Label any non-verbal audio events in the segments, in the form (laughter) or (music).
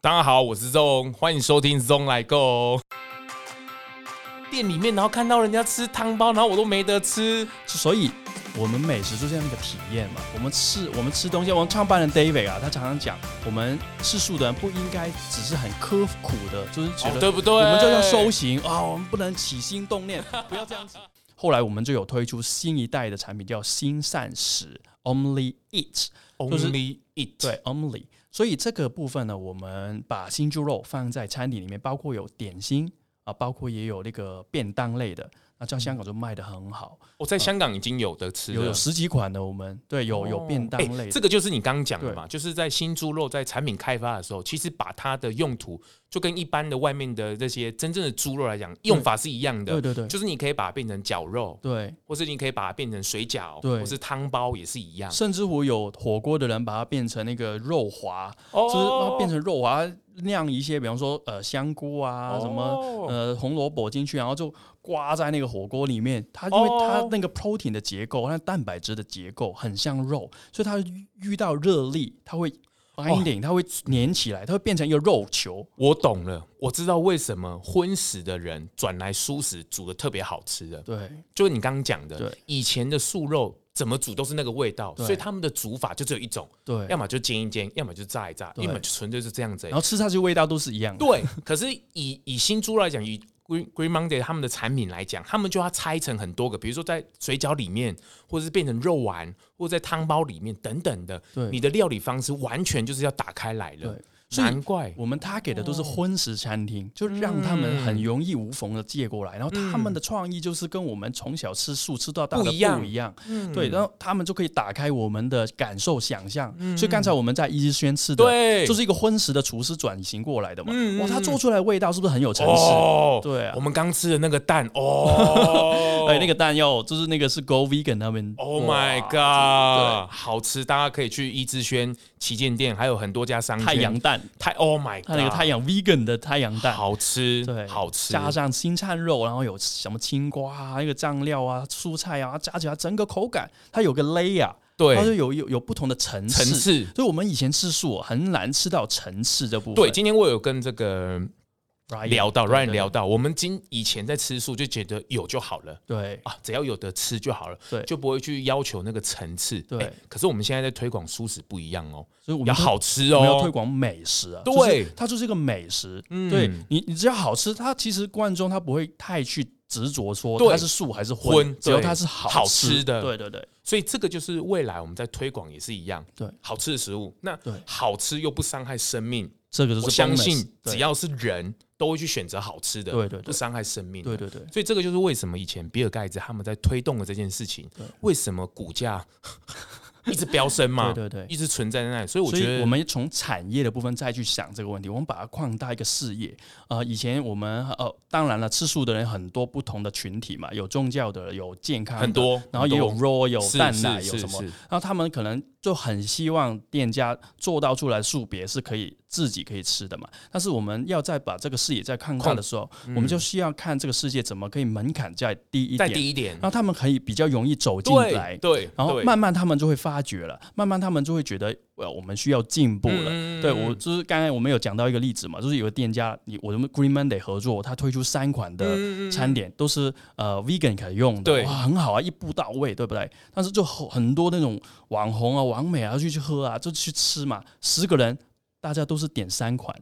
大家好，我是 Zong，欢迎收听 Zong 来购。店里面，然后看到人家吃汤包，然后我都没得吃。所以我们美食就是那个体验嘛。我们吃我们吃东西，我们创办人 David 啊，他常常讲，我们吃素的人不应该只是很刻苦的，就是觉哦得对不对？我们就要修行啊，我们不能起心动念，不要这样子。后来我们就有推出新一代的产品，叫新膳食 Only Eat，就是 Only eat。对 Only。所以这个部分呢，我们把新猪肉放在餐点里面，包括有点心啊，包括也有那个便当类的。那嗯在香港就卖的很好，我在香港已经有的吃有了有。十几款的，我们对有有哦便当哎类这的，个就是你刚刚讲的嘛，就是在新猪肉在产品开发的时候，其实把它的用途就跟一般的外面的这些真正的猪肉来讲，用法是一样对的，对对就是你可以把它变成绞肉，对，或是你可以把它变成水饺，对或是汤包也是一样。甚至乎有火锅的人把它变成那个肉滑，哦就是把它变成肉滑酿一些，比方说呃香菇哦啊什么。么呃，红萝卜进去，然后就刮在那个火锅里面。它因为它哦那个 protein 的结构，它蛋白质的结构很像肉，所以它遇到热力，它会哦 binding，、它会粘起来，它会变成一个肉球。我懂了，我知道为什么荤食的人转来素食煮的特别好吃了，对就是你刚刚讲的对，以前的素肉怎么煮都是那个味道，对所以他们的煮法就只有一种，对，要么就煎一煎，要么就炸一炸，对哦要么就纯粹是这样子而已然。后吃下去味道都是一样的。对，可是以以新猪来讲，以 Green Green Monday 他们的产品来讲，他们就要拆成很多个，比如说在水饺里面，或者是变成肉丸，或者在汤包里面等等的，对你的料理方式完全就是要打开来了对，所以难怪。我们他给的都是哦荤食餐厅，就让他们嗯很容易无缝的借过来，然后他们的创意就是跟我们从小吃素吃到大的不不一样嗯一样，对，然后他们就可以打开我们的感受想象。所以刚才我们在一之轩吃嗯的，对，就是一个荤食的厨师转型过来的嘛，嗯嗯哇，他做出来的味道是不是很有层次？哦，对啊，我，们刚吃的那个蛋哦 (laughs) 哎，那个蛋要就是那个是 Go Vegan 他们 (laughs) ，Oh 哇 my god，好吃，大家可以去一之轩旗舰店，还有很多家商圈。太阳蛋，太，Oh my god，他那个太阳 Vegan 的太阳蛋，好吃，对，好吃，加上新灿肉，然后有什么青瓜啊、那个酱料啊、蔬菜啊，加起来整个口感，它有个 layer，对它就有有有不同的层次。层次。所以我们以前吃素很难吃到层次这部分。对，今天我有跟这个 Ryan，聊到对 Ryan 聊到，我们今以前在吃素就觉得有就好了对啊，只要有的吃就好了，对就不会去要求那个层次。对哎可是我们现在在推广素食不一样哦，所以我们要都好吃我们要推哦，广美食啊，对就是它就是一个美食。嗯对你，你只要好吃，它其实观众他不会太去执着说对它是素还是荤荤，只要对它是好好吃的对对对所以这个就是未来我们在推广也是一样，对，好吃的食物，那对好吃又不伤害生命，这个就是我相 bonus，信对只要是人都会去选择好吃的，对对对不伤害生命，对对对所以这个就是为什么以前比尔盖茨他们在推动的这件事情，为什么股价 (laughs) 一直飙升嘛，对对对一直存在在那里。所以我所觉以得我们从产业的部分再去想这个问题，我们把它扩大一个事业。呃，以前我们呃，当然了，吃素的人很多不同的群体嘛，有宗教的，有健康的很，多，然后也有很 raw，有多是蛋奶，是有什是么？是然后他们可能就很希望店家做到出来素别是可以自己可以吃的嘛。但是我们要再把这个视野再看大的时候，我们就需要看这个世界怎么可以门槛再低一再嗯点，低一点然，后他们可以比较容易走进来对。对，然后对慢慢他们就会发觉了，慢慢他们就会觉得，呃，我们需要进步了。嗯对我就是刚才我们有讲到一个例子嘛，就是有个店家，你我们 Green Monday 合作，他推出三款嗯的餐点，都是呃 vegan 可以用的，对哇，很好啊，一步到位，对不对？但是就很很多那种网红啊、网美啊就去喝啊，就去吃嘛，十个人大家都是点三款，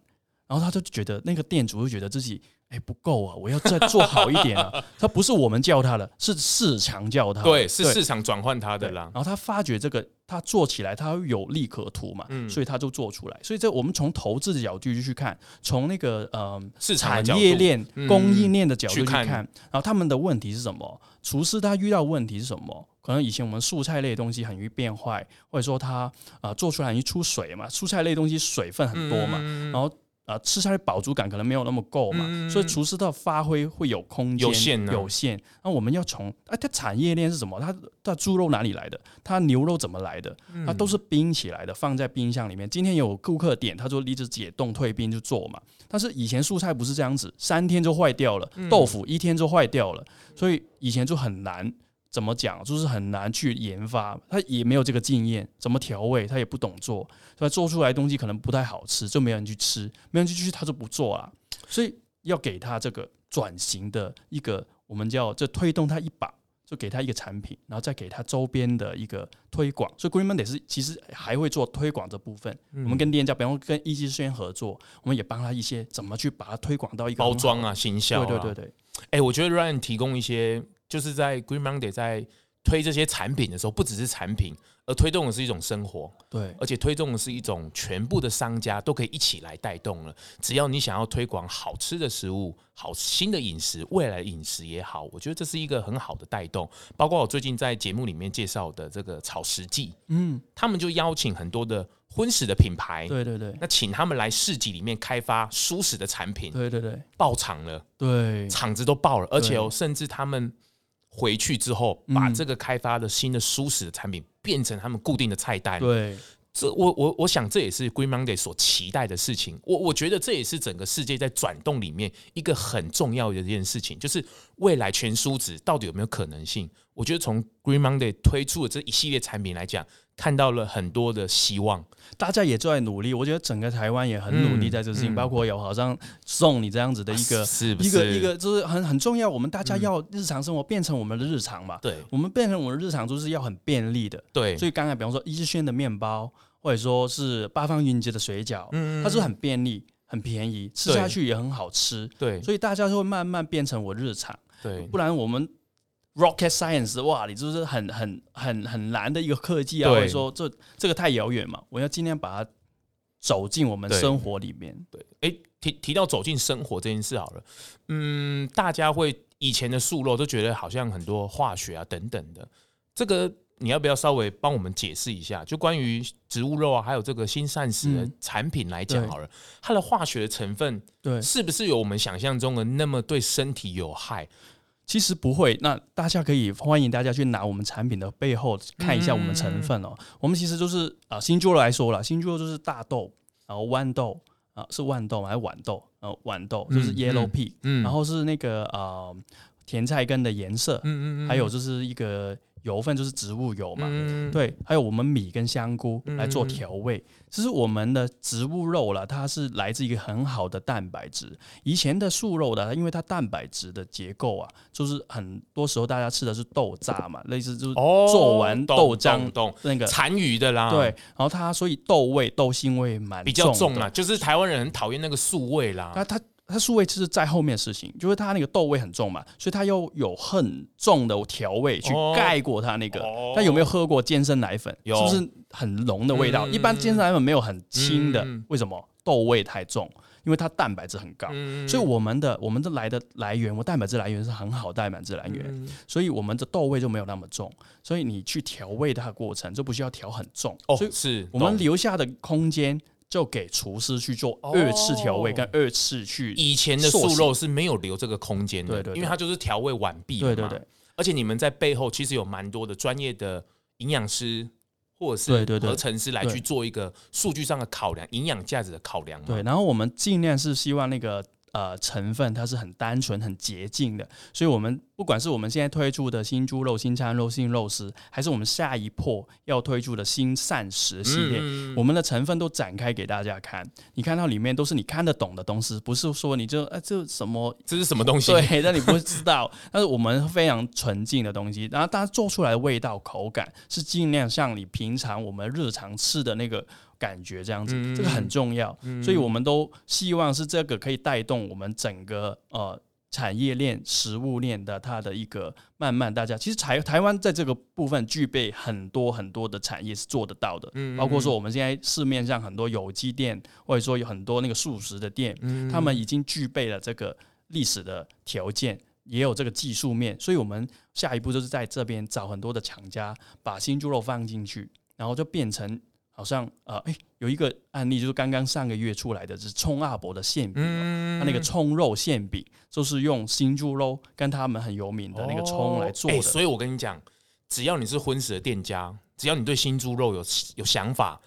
然后他就觉得那个店主就觉得自己。哎，不够啊！我要再做好一 (laughs) 点啊！他不是我们叫他的，是市场叫他的。对是市场转换它的啦然，后他发觉这个，他做起来他有利可图嘛，嗯所以他就做出来。所以这我们从投资的角度去看，从那个呃市场的产角业度嗯链、供应链的角度去去看看，然后他们的问题是什么？厨师他遇到问题是什么？可能以前我们蔬菜类的东西很容易变坏，或者说他啊、呃做出来很易出水嘛，蔬菜类的东西水分很多嗯嘛，然后。啊、吃下去饱足感可能没有那么够嘛，所以厨师的发挥会有空间嗯有限啊有限。那我们要从啊，它产业链是什么？它它猪肉哪里来的？它牛肉怎么来的？嗯它都是冰起来的，放在冰箱里面。今天有顾客点，他说离子解冻退冰就做嘛。但是以前蔬菜不是这样子，三天就坏掉了，豆腐一天就坏掉了，所以以前就很难。怎么讲，就是很难去研发，他也没有这个经验，怎么调味他也不懂做，所以做出来的东西可能不太好吃，就没有人去吃，没有人去吃他就不做啊。所以要给他这个转型的一个，我们叫这推动他一把，就给他一个产品，然后再给他周边的一个推广。所以 Green Monday 是其实还会做推广的部分，我嗯们跟店家，比方说跟 E 一级轩合作，我们也帮他一些怎么去把它推广到一个包很好装啊、行销、啊，对对对对，哎、我觉得 Ryan 提供一些，就是在 Green Monday 在推这些产品的时候，不只是产品，而推动的是一种生活，对而且推动的是一种全部的商家都可以一起来带动了。只要你想要推广好吃的食物、好新的饮食、未来的饮食也好，我觉得这是一个很好的带动。包括我最近在节目里面介绍的这个草食记，嗯，他们就邀请很多的荤食的品牌，对对对那请他们来市集里面开发舒适的产品，对对对爆场了。对场子都爆了，而且哦，对甚至他们回去之后，把嗯这个开发的新的舒适的产品变成他们固定的菜单。对这我我我想这也是 Green Monday 所期待的事情。我我觉得这也是整个世界在转动里面一个很重要的一件事情，就是未来全数值到底有没有可能性？我觉得从 Green Monday 推出的这一系列产品来讲，看到了很多的希望。大家也在努力，我觉得整个台湾也很努力在这事情，嗯嗯包括有好像送你这样子的一个、啊是不一个是嗯一个就是很很重要，我们大家要日常生活变成我们的日常嘛，对我们变成我们的日常就是要很便利的，对，所以刚才比方说 E 一志轩的面包，或者说是八方云集的水饺，嗯它是很便利、很便宜，吃对下去也很好吃，对所以大家就会慢慢变成我日常。对不然我们 rocket science 哇，你就是很很很很难的一个科技啊，对或者说这这个太遥远嘛，我要尽量把它走进我们对生活里面。对，哎，提提到走进生活这件事好了，嗯，大家会以前的素肉都觉得好像很多化学啊等等的，这个你要不要稍微帮我们解释一下？就关于植物肉啊，还有这个新膳食的嗯产品来讲对好了，它的化学的成分对，是不是有我们想象中的那么对身体有害？其实不会。那大家可以欢迎大家去拿我们产品的背后看一下我们成分哦。嗯我们其实就是啊、新猪肉来说了，新猪肉就是大豆，然后豌豆啊、是豌豆吗还是豌豆？呃，豌豆就是嗯 yellow pea，、嗯然后是那个呃甜菜根的颜色，嗯还有就是一个油分，就是植物油嘛。嗯，对，还有我们米跟香菇嗯来做嗯嗯调味。其实我们的植物肉啦，它是来自一个很好的蛋白质。以前的素肉的，因为它蛋白质的结构啊，就是很多时候大家吃的是豆渣嘛，类似就是哦，做完懂豆浆懂懂那个、残余的啦，对，，然后它所以豆味、豆腥味蛮比较重的啊，就是台湾人很讨厌那个素味啦，那它它素味是在后面的事情，就是它那个豆味很重嘛，所以它又有很重的调味去哦盖过它那个。哦但有没有喝过健身奶粉？有是不是很浓的味道？嗯一般健身奶粉没有很轻的，嗯为什么？豆味太重，因为它蛋白质很高。嗯所以我们的我们的来的来源，我蛋白质来源是很好的蛋白质来源，嗯所以我们的豆味就没有那么重，所以你去调味它的过程就不需要调很重。哦所以是我懂们留下的空间就给厨师去做二次调味哦跟二次去，以前的塑素形肉是没有留这个空间的，对对对因为它就是调味完毕了对嘛。对对，而且你们在背后其实有蛮多的专业的营养师或者对是对对合成师来对去做一个数据上的考量、营养价值的考量嘛。对，然后我们尽量是希望那个呃成分它是很单纯、很洁净的，所以我们不管是我们现在推出的新猪肉、新餐肉、新肉丝，还是我们下一波要推出的新膳食系列。嗯，我们的成分都展开给大家看，你看到里面都是你看得懂的东西，不是说你就哎、这什么这是什么东西？对，但你不会知道。但是我们非常纯净的东西，然后大家做出来的味道、口感是尽量像你平常我们日常吃的那个感觉这样子，嗯这个很重要。所以我们都希望是这个可以带动我们整个呃。产业链、食物链的它的一个慢慢，大家其实台台湾在这个部分具备很多很多的产业是做得到的，嗯包括说我们现在市面上很多有机店，或者说有很多那个素食的店，嗯他们已经具备了这个历史的条件，也有这个技术面，所以我们下一步就是在这边找很多的厂家，把新猪肉放进去，然后就变成好像呃，哎、有一个案例就是刚刚上个月出来的，就是冲阿伯的馅饼嘛，嗯它那个葱肉馅饼就是用新猪肉跟他们很有名的那个葱来做哦的，哎所以我跟你讲，只要你是荤食的店家，只要你对新猪肉有有想法，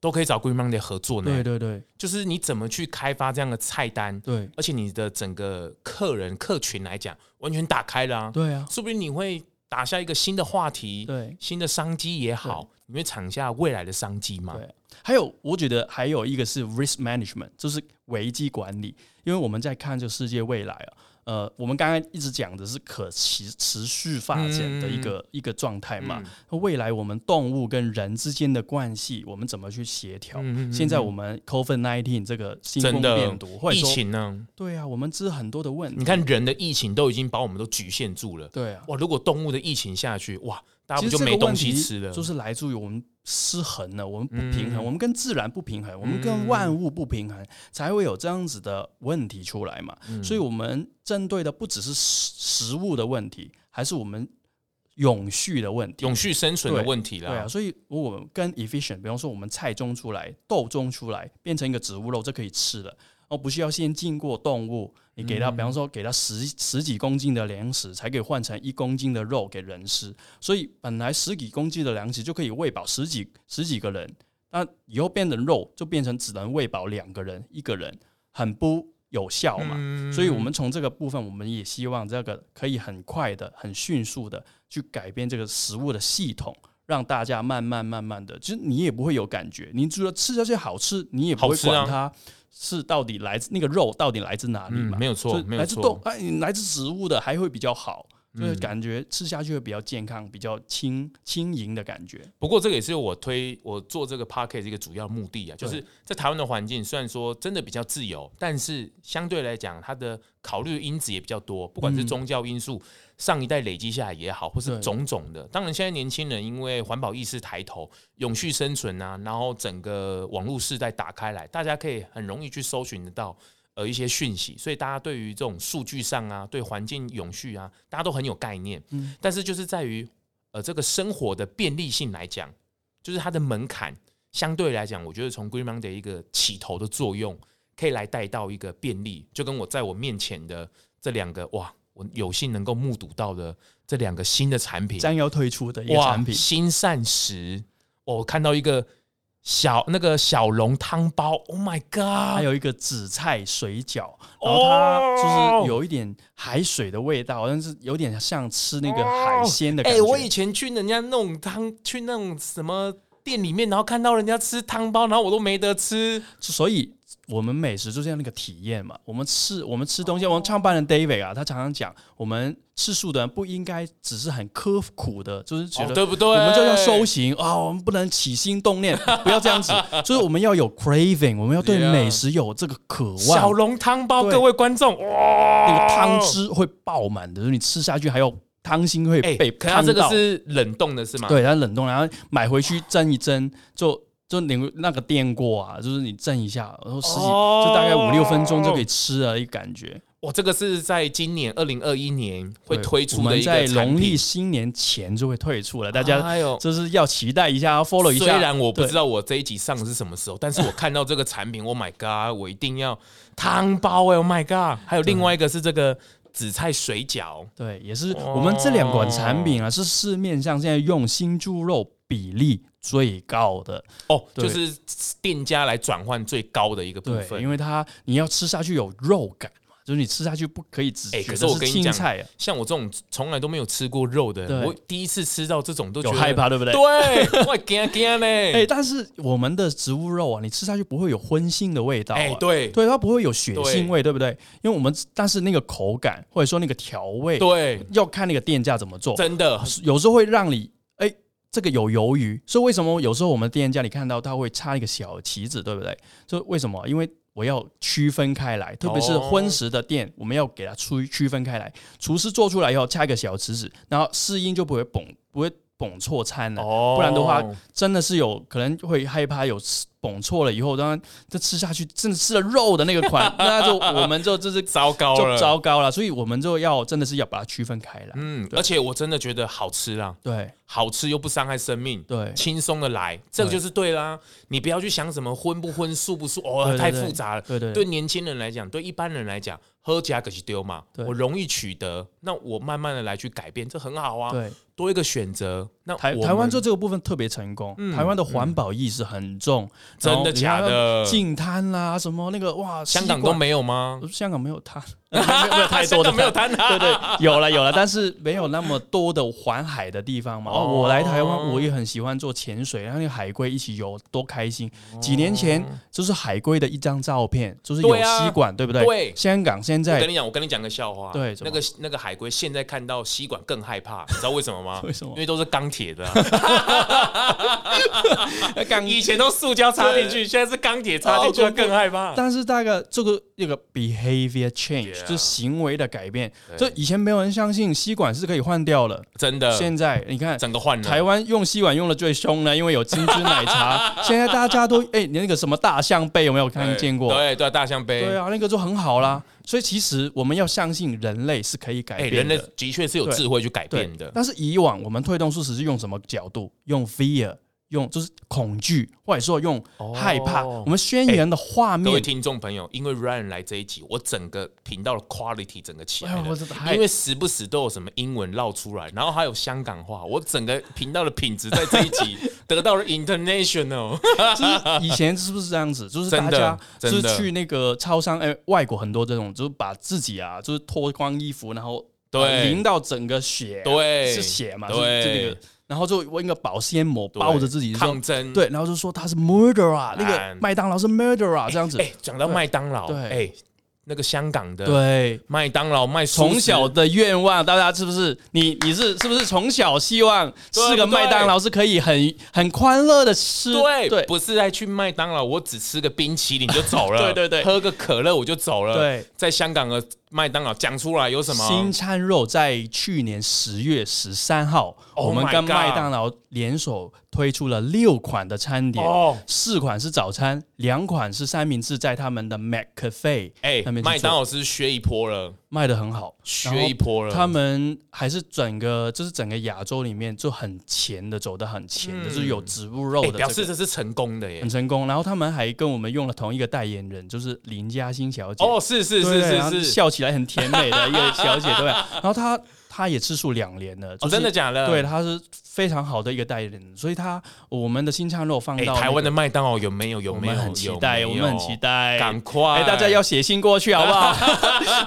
都可以找 Green Monday 合作呢。对对对就是你怎么去开发这样的菜单，对而且你的整个客人客群来讲，完全打开了啊，对啊，说不定你会打下一个新的话题，对，新的商机也好，你会抢下未来的商机嘛？对还有，我觉得还有一个是 risk management，就是危机管理。因为我们在看这个世界未来啊，呃，我们刚刚一直讲的是可持持续发展的一个、嗯一个状态嘛。那未来我们动物跟人之间的关系，我们怎么去协调？嗯现在我们 COVID nineteen 这个新真冠的病毒，或者疫说情嗯呢？对啊，我们这很多的问你题。看人的疫情都已经把我们都局限住了，对啊，哇！如果动物的疫情下去，哇，大家其不就实这个没东问西题吃了？就是来自于我们失衡了，我们不平衡，嗯我们跟自然不平衡，我嗯们跟万物不平衡，才会有这样子的问题出来嘛。嗯所以，我们针对的不只是食食物的问题，还是我们永续的问题。永续生存的对问题啦。对啊，所以如果我们跟 efficient，比方说我们菜种出来、豆种出来，变成一个植物肉，这可以吃的，而不需要先经过动物，你给它，比方说给它十十几公斤的粮食，才可以换成一公斤的肉给人吃。所以本来十几公斤的粮食就可以喂饱十几十几个人，那以后变成肉，就变成只能喂饱两个人，一个人很不有效嘛。嗯所以，我们从这个部分，我们也希望这个可以很快的、很迅速的去改变这个食物的系统，让大家慢慢、慢慢的，其实你也不会有感觉。你除了吃这些好吃，你也不好会吃啊管它是到底来自那个肉到底来自哪里嗯嘛，没有所错，以没有来自错动，哎，来自植物的还会比较好，就是嗯感觉吃下去会比较健康、比较轻轻盈的感觉。不过这个也是我推我做这个 p a r k e t 一个主要目的啊，就是对在台湾的环境虽然说真的比较自由，但是相对来讲，它的考虑的因子也比较多，不管是嗯宗教因素、上一代累积下来也好，或是对种种的。当然，现在年轻人因为环保意识抬头、永续生存啊，然后整个网络世代打开来，大家可以很容易去搜寻得到。呃，一些讯息，所以大家对于这种数据上啊，对环境永续啊，大家都很有概念。嗯但是就是在于呃这个生活的便利性来讲，就是它的门槛相对来讲，我觉得从 Green Monday 一个起头的作用，可以来带到一个便利，就跟我在我面前的这两个哇，我有幸能够目睹到的这两个新的产品，将要推出的一个哇产，品，新膳食，哦我看到一个。小那个小笼汤包，Oh my 还 god！有一个紫菜水饺，哦然后它就是有一点海水的味道，但是有点像吃那个海鲜的哎、感觉。我以前去人家那种汤，去那种什么店里面，然后看到人家吃汤包，然后我都没得吃。所以我们美食就是要那个体验嘛。我们吃我们吃哦东西，我们创办人 David 啊，他常常讲，我们吃素的人不应该只是很刻苦的，就是觉哦得对不对？我我们就要修行啊、我们不能起心动念，不要这 (laughs) 样子，就是我们要有 craving，我们要对 Yeah 美食有这个渴小望，笼汤包，对各位观众，哇，哦那个汤汁会爆满的，就是你吃下去还有汤心会哎、被可它烫这个到。是冷冻的是吗？，对，它冷冻，然后买回去蒸一蒸，就就你那个电锅啊，就是你蒸一下，然后十几、哦就大概五六分钟就可以吃了，一个感觉。哇，这个是在今年二零二一年会对推出我的们一在个产农历品，新年前就会退出了，大家哎呦。就是要期待一下，follow 一虽下。然我不对知道我这一集上的是什么时候，但是我看到这个产品 (laughs) ，Oh my god！我一定要汤包哎、o h my god！还有另外一个是这个紫菜水饺，对，也是我们这两款产品啊，是市面上现在用新猪肉比例最高的。哦，就对是店家来转换最高的一个部对，分因。为它你要吃下去有肉感嘛，就是你吃下去不可以只哎觉可得是我跟你青讲菜啊，像我这种从来都没有吃过肉的人，对我第一次吃到这种都觉有得害怕，对不对？对，我惊惊嘞！ (laughs) 哎、但是我们的植物肉啊，你吃下去不会有荤腥的味道、啊，哎、对对，它不会有血腥味，对不对？因为我们但是那个口感或者说那个调味，对，要看那个店家怎么做，真的有时候会让你哎、这个有鱿鱼，所以为什么有时候我们店家你看到它会插一个小旗子，对不对？所以为什么？因为我要区分开来，特别是哦荤食的店，我们要给它区区分开来。厨师做出来以后，插一个小旗子，然后试音就不会蹦，不会蹦错餐了。哦不然的话真的是有可能会害怕有吃捧错了以后，当然这吃下去真的吃了肉的那个款，那就我们就这是糟糕就了，糟糕了，所以我们就要真的是要把它区分开来。嗯，对而且我真的觉得好吃啦，对好吃又不伤害生命，对轻松的来，这个对就是对啦。你不要去想什么荤不荤、素不素，哦，对对太对复杂了。对对对年轻人来讲，对一般人来讲，喝加可是丢嘛，对我容易取得，那我慢慢的来去改变，这很好啊，对，多一个选择。那台我们台湾做这个部分特别成功，嗯台湾的环保意识很重，然真后的你假看的？净滩啦什么那个哇，香港吸都管呃没有吗？ (laughs) 香港没有滩， (laughs) 没有没有没有太香多的港没有摊对啊，对， (laughs) 有了有了，但是没有那么多的环海的地方嘛。哦我来台湾，我也很喜欢做潜水，然后那个海龟一起游，多开心！几年前就是海龟的一张照片，就是有哦对啊吸管，对不对？对香港现我跟在你讲，我跟你讲个笑话。哎对怎那么个那个海龟现在看到吸管更害 (laughs) 怕，你知道为什么吗？为什么因为都是钢铁的啊、 (laughs) 刚以前都塑胶插进去，现在是钢铁插进去，哦它更害怕。但是大概这个一个 behavior change Yeah 就是行为的改变。对呃这以前没有人相信吸管是可以换掉了，真的，现在你看。整个换台了。湾用吸管用的最凶呢，因为有金针奶茶。 (laughs) 现在大家都哎、你那个什么大象背有没有看对见过？对对，大象杯。对啊，那个就很好啦。所以其实我们要相信人类是可以改哎，变人的，类的确是有对智慧去改对变的。但是以往我们推动素食是用什么角度？用 fear，用就是恐惧，或者说用哦哎害怕。我们宣言的画各面位，听众朋友，因为 Ryan 来这一集，我整个频道的 quality 整个起来哎呦我真的了，太因为时不时都有什么英文绕出来，然后还有香港话，我整个频道的品质在这一 (laughs) 集得到了 international。就是以前是不是这样 (laughs) 子？就是大真家的就真是的去那个超商，哎、外国很多这种，就是把自己啊，就是脱光衣服，然后呃对淋到整个血啊，对是血嘛，对是这个，然后就用一个保鲜膜对包着自己，抗争。对，然后就说他是 murderer，啊那个烂麦当劳是 murderer 啊这样子，哎，讲到麦当劳，对哎，那个香港的对。麦当劳卖素食从小的愿望，大家是不是？你你是是不是从小希望对吃个不对麦当劳是可以很很欢乐的吃？对对不是在去麦当劳，我只吃个冰淇淋就走了， (laughs) 对对对喝个可乐我就走了。对，在香港的麦当劳讲出来有什么？新餐肉在去年十月十三号， Oh 我们 my 跟 God 麦当劳联手推出了六款的餐点哦，四款是早餐，两款是三明治，在他们的 Mac Cafe 哎、那边去做麦当劳是削一波了，卖的很好，然后削一波了。他们还是整个就是整个亚洲里面就很前的，走的很前的，嗯就是有植物肉哎、的、这个表示这是成功的耶很。成功。然后他们还跟我们用了同一个代言人，就是林嘉欣小姐。哦，是是是对，对然后啊是是，笑起来很甜美的一个小姐， (laughs) 对吧？然后她她也吃素两年了，就哦，是真的假的？对，她是非常好的一个代言人，所以她我们的新餐肉放哎、到台湾的那麦当劳有没有？有个，我没有？们很期有没待，有我们很期，待，赶快！嗯哎，大家要写信过去好 (laughs) 不好？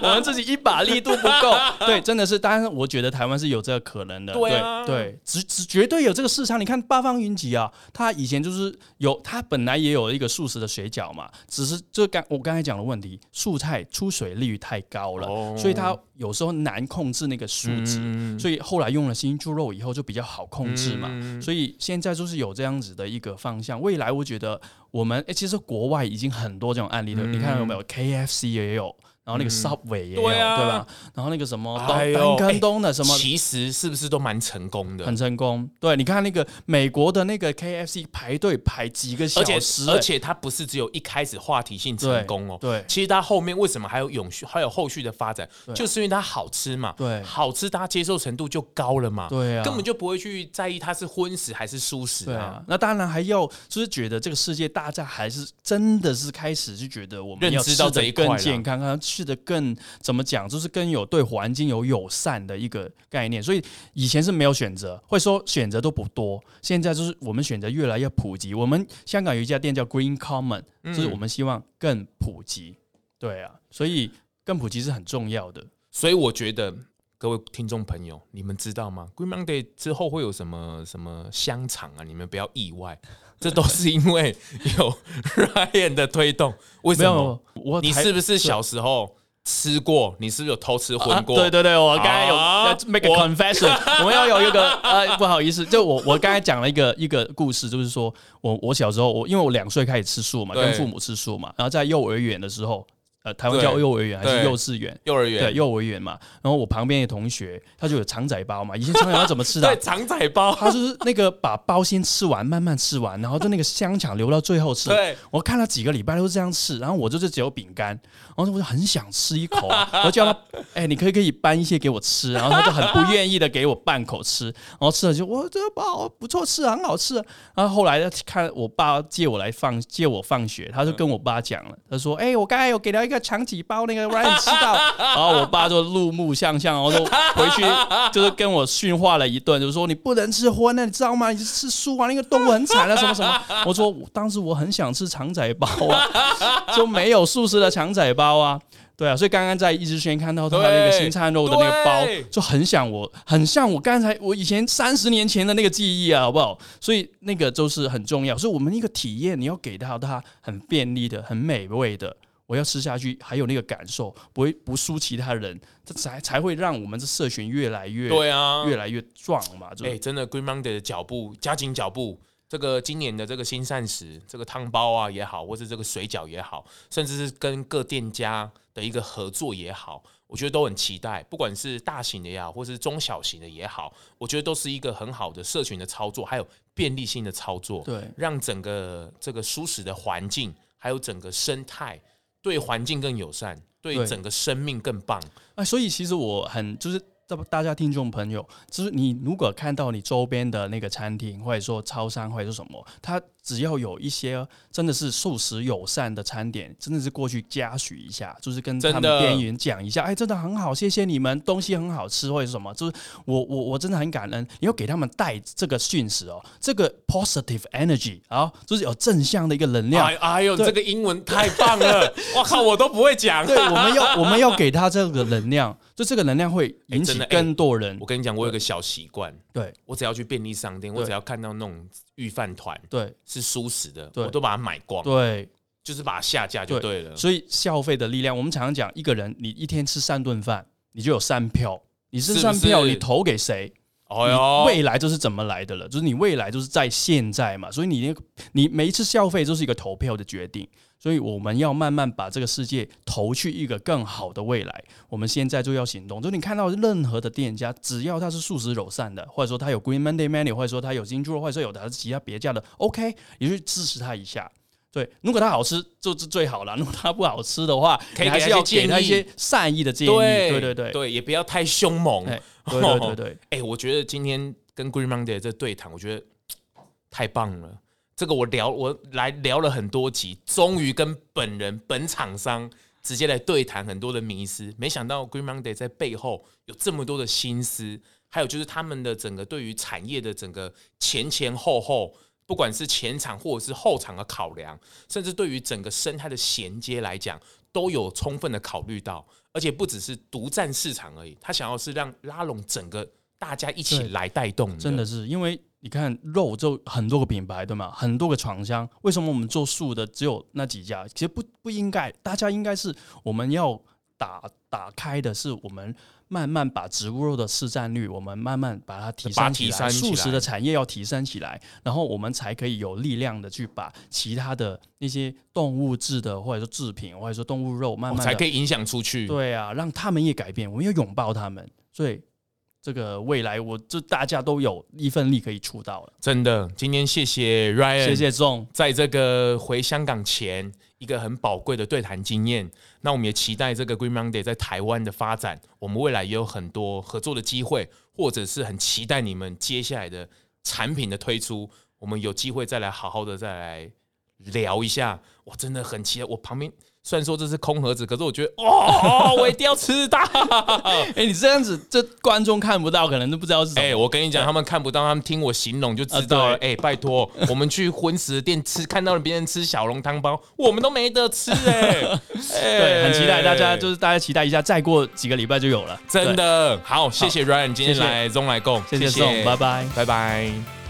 我们自己一把力度不够。对，真的是，当然，我觉得台湾是有这个可能的。对对啊对，只只绝对有这个市场。你看八方云集啊，他以前就是有，他本来也有一个素食的水饺嘛，只是就刚我刚才讲的问题，素菜出水率太高了，哦所以它有时候难控制那个数值。嗯所以后来用了新猪肉以后就比较好控制嘛，嗯所以现在就是有这样子的一个方向。未来我觉得我们诶，其实国外已经很多这种案例了，嗯你看有没有 KFC 也有，然后那个 Subway 也有，对对啊吧？然后那个什么哎丹呦丹根东的什么。其实是不是都蛮成功的很？成功，对，你看那个美国的那个 KFC 排队排几个小而且时，而且它不是只有一开始话题性对成功哦，对其实它后面为什么还有永续，还有后续的发展，就是因为它好吃嘛，对好吃大家接受程度就高了嘛，对啊根本就不会去在意它是荤食还是素食对啊。啊，那当然还要就是觉得这个世界大家还是真的是开始就觉得我们认要知吃到这一的块更了健康，然后吃的更怎么讲，就是更有对环境有友善的一个概念。所以以前是没有选择，会说选择都不多，现在就是我们选择越来越普及。我们香港有一家店叫 Green Common，、就是嗯我们希望更普及。对啊，所以更普及是很重要的。所以我觉得各位听众朋友，你们知道吗？Green Monday 之后会有什么什么香肠啊？你们不要意外，这都是因为有 (laughs) Ryan 的推动。为什没么？有，我你台是不是小时候吃过？你是不是有偷吃啊荤过？对对对，我刚才有啊要 make a 我 (laughs) confession，我们要有一个呃，不好意思，就我我刚才讲了一个一个故事，就是说我我小时候我因为我两岁开始吃素嘛，对跟父母吃素嘛，然后在幼儿园的时候，呃，台湾对叫幼儿园还对是幼稚园？幼儿对，园幼儿园嘛。然后我旁边的同学他就有肠仔包嘛，以前肠仔包怎么吃的啊对？肠仔包，他就是那个把包先吃完，慢慢吃完，然后就那个香肠留到最后吃。对，我看他几个礼拜都这样吃，然后我就是只有饼干，然后我就很想吃一口啊、我 (laughs) 就叫他，哎、你可以可以搬一些给我吃，然后他就很不愿意的给我半口吃，然后吃了就哇，这个包不错吃，很好吃。然后后来看我爸借我来放借我放学，他就跟我爸讲了，他说，哎、我刚才有给他一个肠几包，那个 Ryan 吃到，然后我爸就怒目相向，然后就回去就是跟我训话了一顿，就说你不能吃荤啊的，你知道吗？你吃素啊，那个动物很惨啊，什么什么。(laughs) 我说我当时我很想吃肠仔包啊，就没有素食的肠仔包啊。对啊，所以刚刚在易之轩看到他那个对新餐肉的那个包对，就很想我，很像我刚才我以前三十年前的那个记忆啊，好不好？所以那个就是很重要，所以我们一个体验，你要给到它很便利的、很美味的，我要吃下去，还有那个感受，不会不输其他人，这才才会让我们这社群越来越、对啊，越来越壮嘛，就哎、是、真的 Green Monday 的脚步加紧脚步，这个今年的这个新膳食，这个汤包啊也好，或是这个水饺也好，甚至是跟各店家的一个合作也好，我觉得都很期待。不管是大型的也好，或是中小型的也好，我觉得都是一个很好的社群的操作，还有便利性的操作，对让整个这个舒适的环境，还有整个生态对环境更友善，对对整个生命更棒。啊，所以其实我很就是大大家听众朋友，就是你如果看到你周边的那个餐厅或者说超商或者是什么，它只要有一些真的是素食友善的餐点，真的是过去嘉许一下，就是跟他真们的店员讲一下，哎，真的很好，谢谢你们，东西很好吃或者是什么，就是我我我真的很感恩，你要给他们带这个讯息哦，这个 positive energy 啊，就是有正向的一个能量哎，哎呦，对这个英文太棒 (laughs) 了！我靠，我都不会讲。对，我们要我们要给他这个能量，就这个能量会引哎真起的哎更多人。我跟你讲，我有个小习惯，对我只要去便利商店，我对只要看到那种预饭团对是舒适的，对我都把它买光，对，就是把它下架就对了。所以消费的力量，我们常常讲，一个人你一天吃三顿饭，你就有三票。你吃是不三票，是你投给谁？哎你呦，未来就是怎么来的了？就是你未来就是在现在嘛，所以你那个你每一次消费就是一个投票的决定，所以我们要慢慢把这个世界投去一个更好的未来。我们现在就要行动，就是你看到任何的店家，只要他是素食友善的，或者说他有 Green Monday menu，或者说他有金猪肉，或者说有的其他别家的，OK，你去支持他一下。对，如果他好吃，就是最好了；如果他不好吃的话，可以你给他还是一些要给他一建议些善意的建议。对对对，对，也不要太凶猛。哎对对对对。哎，我觉得今天跟 Green Monday 这对谈，我觉得嘖太棒了。这个我聊，我来聊了很多集，终于跟本人本厂商直接来对谈很多的迷思。没想到 Green Monday 在背后有这么多的心思，还有就是他们的整个对于产业的整个前前后后，不管是前场或者是后场的考量，甚至对于整个生态的衔接来讲，都有充分的考虑到。而且不只是独占市场而已，他想要是让拉拢整个大家一起对来带动真的是，因为你看肉就很多个品牌对吗？很多个厂商，为什么我们做素的只有那几家？其实不不应该，大家应该是我们要打打开的是我们慢慢把植物肉的市占率，我们慢慢把它提把它升起提来，升起素食来的产业要提升起来，然后我们才可以有力量的去把其他的那些动物制的或者说制品或者说动物肉慢我慢哦才的可以影响出去。对啊，让他们也改变，我们要拥抱他们。所以这个未来，我就大家都有一份力可以出道了。真的，今天谢谢 Ryan，谢谢仲，在这个回香港前一个很宝贵的对谈经验。那我们也期待这个 Green Monday 在台湾的发展，我们未来也有很多合作的机会，或者是很期待你们接下来的产品的推出，我们有机会再来好好的再来聊一下。我真的很期待，我旁边。虽然说这是空盒子，可是我觉得，哦，我一定要吃到。哎、你这样子，这观众看不到，可能都不知道是什哎、么。我跟你讲，他们看不到，他们听我形容就知道了。嗯啊哎、拜 (laughs) 托，我们去荤食店吃，看到了别人吃小笼汤包，我们都没得吃哎、 (laughs) 哎对，很期待大家，就是大家期待一下，再过几个礼拜就有了。真的好，谢谢 Ryan 今天谢谢来中来共，对，谢谢仲，拜拜。拜拜